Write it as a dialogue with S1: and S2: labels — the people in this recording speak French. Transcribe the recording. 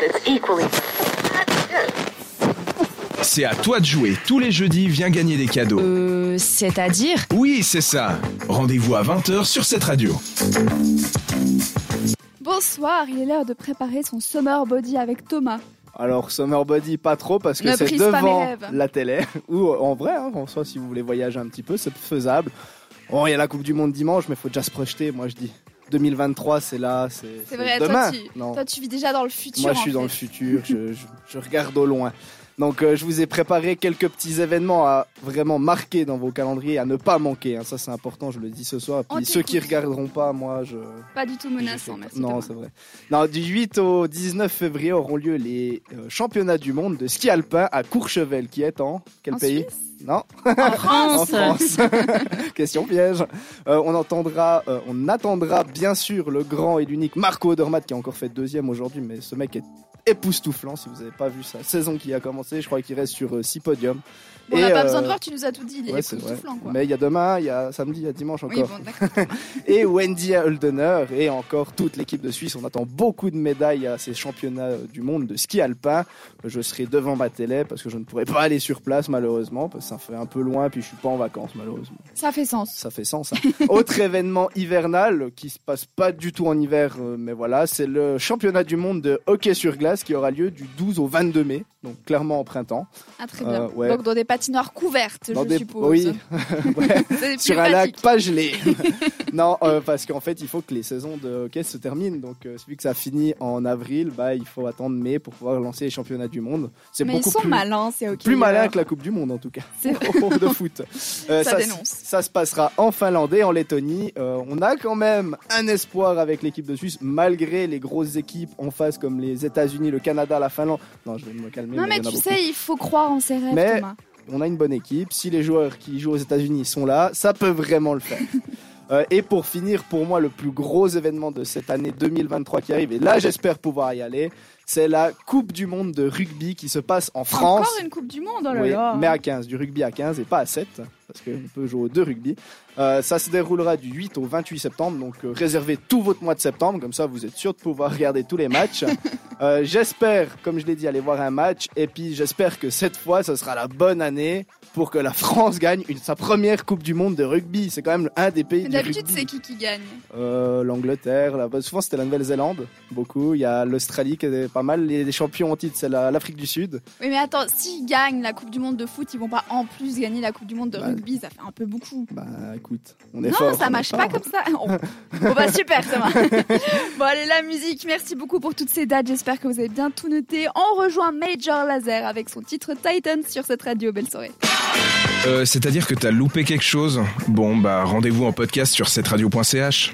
S1: that's equally.
S2: C'est à toi de jouer. Tous les jeudis, viens gagner des cadeaux.
S3: Euh, c'est-à-dire
S2: Oui, c'est ça. Rendez-vous à 20h sur cette radio.
S4: Bonsoir, il est l'heure de préparer son summer body avec Thomas.
S5: Alors, Summer Body, pas trop, parce que
S4: Ne
S5: c'est
S4: brise pas mes
S5: devant
S4: rêves.
S5: la télé. Ou euh, en vrai, hein, en soi, si vous voulez voyager un petit peu, c'est faisable. Bon, il y a la Coupe du Monde dimanche, mais faut déjà se projeter, moi je dis. 2023, c'est là, c'est
S4: C'est vrai, toi,
S5: demain.
S4: tu-
S5: non,
S4: Toi, tu vis déjà dans le futur.
S5: moi je
S4: en
S5: suis dans
S4: fait.
S5: le futur, je, je- je regarde au loin. Donc, euh, je vous ai préparé quelques petits événements à vraiment marquer dans vos calendriers, à ne pas manquer. hein. Ça, c'est important, je le dis ce soir.
S4: On
S5: Puis ceux qui
S4: t'écoute.
S5: regarderont pas, moi, je,
S4: Pas du tout menaçant,
S5: je-
S4: hein, merci.
S5: Non,
S4: Thomas.
S5: c'est vrai. Non, du 8 au 19 février auront lieu les euh, championnats du monde de ski alpin à Courchevel, qui est en quel
S4: En
S5: pays Non,
S3: en
S5: en
S3: France.
S5: France. Question piège. Euh, on entendra, euh, on attendra bien sûr le grand et l'unique Marco Odermatt qui a encore fait deuxième aujourd'hui, mais ce mec est époustouflant. Si vous n'avez pas vu sa saison qui a commencé, je crois qu'il reste sur 6 podiums.
S4: Bon, on n'a
S5: Et,
S4: pas
S5: euh,
S4: besoin de voir, tu nous as tout dit, il est
S5: ouais, c'est vrai.
S4: époustouflant, quoi.
S5: Mais il y a demain, il y a samedi, il y a dimanche encore
S4: Oui, bon, d'accord.
S5: et Wendy Holdener et encore toute l'équipe de Suisse. On attend beaucoup de médailles à ces championnats euh, du monde de ski alpin. Je serai devant ma télé parce que je ne pourrai pas aller sur place malheureusement parce que ça fait un peu loin puis je suis pas en vacances malheureusement.
S4: Ça fait sens.
S5: Ça fait sens. ça. Autre événement hivernal qui se passe pas du tout en hiver euh, mais voilà, c'est le championnat du monde de hockey sur glace qui aura lieu du 12 au 22 mai, donc clairement en printemps.
S4: Ah, très bien.
S5: Euh, ouais.
S4: Donc, dans des patinoires couvertes,
S5: Dans
S4: je
S5: des-
S4: suppose.
S5: Oui. Ouais.
S4: C'est plus
S5: sur un lac
S4: pratique.
S5: pas gelé. non, euh, parce qu'en fait, il faut que les saisons de hockey se terminent. Donc, euh, vu que ça finit en avril, bah, il faut attendre mai pour pouvoir lancer les championnats du monde. C'est
S4: Mais
S5: beaucoup
S4: ils sont
S5: plus,
S4: malins, c'est ok.
S5: plus malin que la Coupe du Monde, en tout cas,
S4: euh. C'est vrai.
S5: de foot. Euh,
S4: Ça
S5: s-
S4: dénonce.
S5: Ça se passera en Finlande et en Lettonie. Euh, on a quand même un espoir avec l'équipe de Suisse, malgré les grosses équipes en face comme les États-Unis, le Canada, la Finlande. Non, je vais me calmer.
S4: Non,
S5: mais il
S4: mais
S5: y en a
S4: tu
S5: beaucoup.
S4: sais, il faut croire en ses rêves,
S5: Mais-
S4: Thomas.
S5: on a une bonne équipe. Si les joueurs qui jouent aux États-Unis sont là, ça peut vraiment le faire. Euh, et pour finir, pour moi, le plus gros événement de cette année 2023 qui arrive, et là j'espère pouvoir y aller, c'est la Coupe du Monde de rugby qui se passe en France.
S4: Encore une Coupe du Monde, oh là
S5: Oui,
S4: là.
S5: mais à 15, du rugby à 15 et pas à 7, parce qu'on peut jouer aux deux rugby. Euh, ça se déroulera du 8 au 28 septembre, donc euh, réservez tout votre mois de septembre, comme ça vous êtes sûr de pouvoir regarder tous les matchs. Euh, j'espère, comme je l'ai dit, aller voir un match, et puis j'espère que cette fois, ce sera la bonne année pour que la France gagne une, sa première Coupe du Monde de rugby. C'est quand même un des pays
S4: Mais
S5: du
S4: D'habitude, c'est
S5: rugby.
S4: qui qui gagne
S5: Euh, L'Angleterre, la- bah, souvent c'était la Nouvelle-Zélande, beaucoup. Il y a l'Australie qui est pas mal, les champions en titre, c'est la- l'Afrique du Sud.
S4: Oui, mais attends, s'ils gagnent la Coupe du Monde de foot, ils vont pas en plus gagner la Coupe du Monde de
S5: Bah,
S4: rugby, ça fait un peu beaucoup.
S5: Bah écoute, on est
S4: Non,
S5: fort, on
S4: ça
S5: est
S4: marche
S5: fort.
S4: pas comme ça. Oh, Bon, bah super, ça marche. Bon, allez, la musique, merci beaucoup pour toutes ces dates. J'espère que vous avez bien tout noté. On rejoint Major Laser avec son titre Titan sur cette radio. Belle soirée.
S2: Euh, C'est-à-dire que t'as loupé quelque chose Bon, bah rendez-vous en podcast sur cette radio.ch.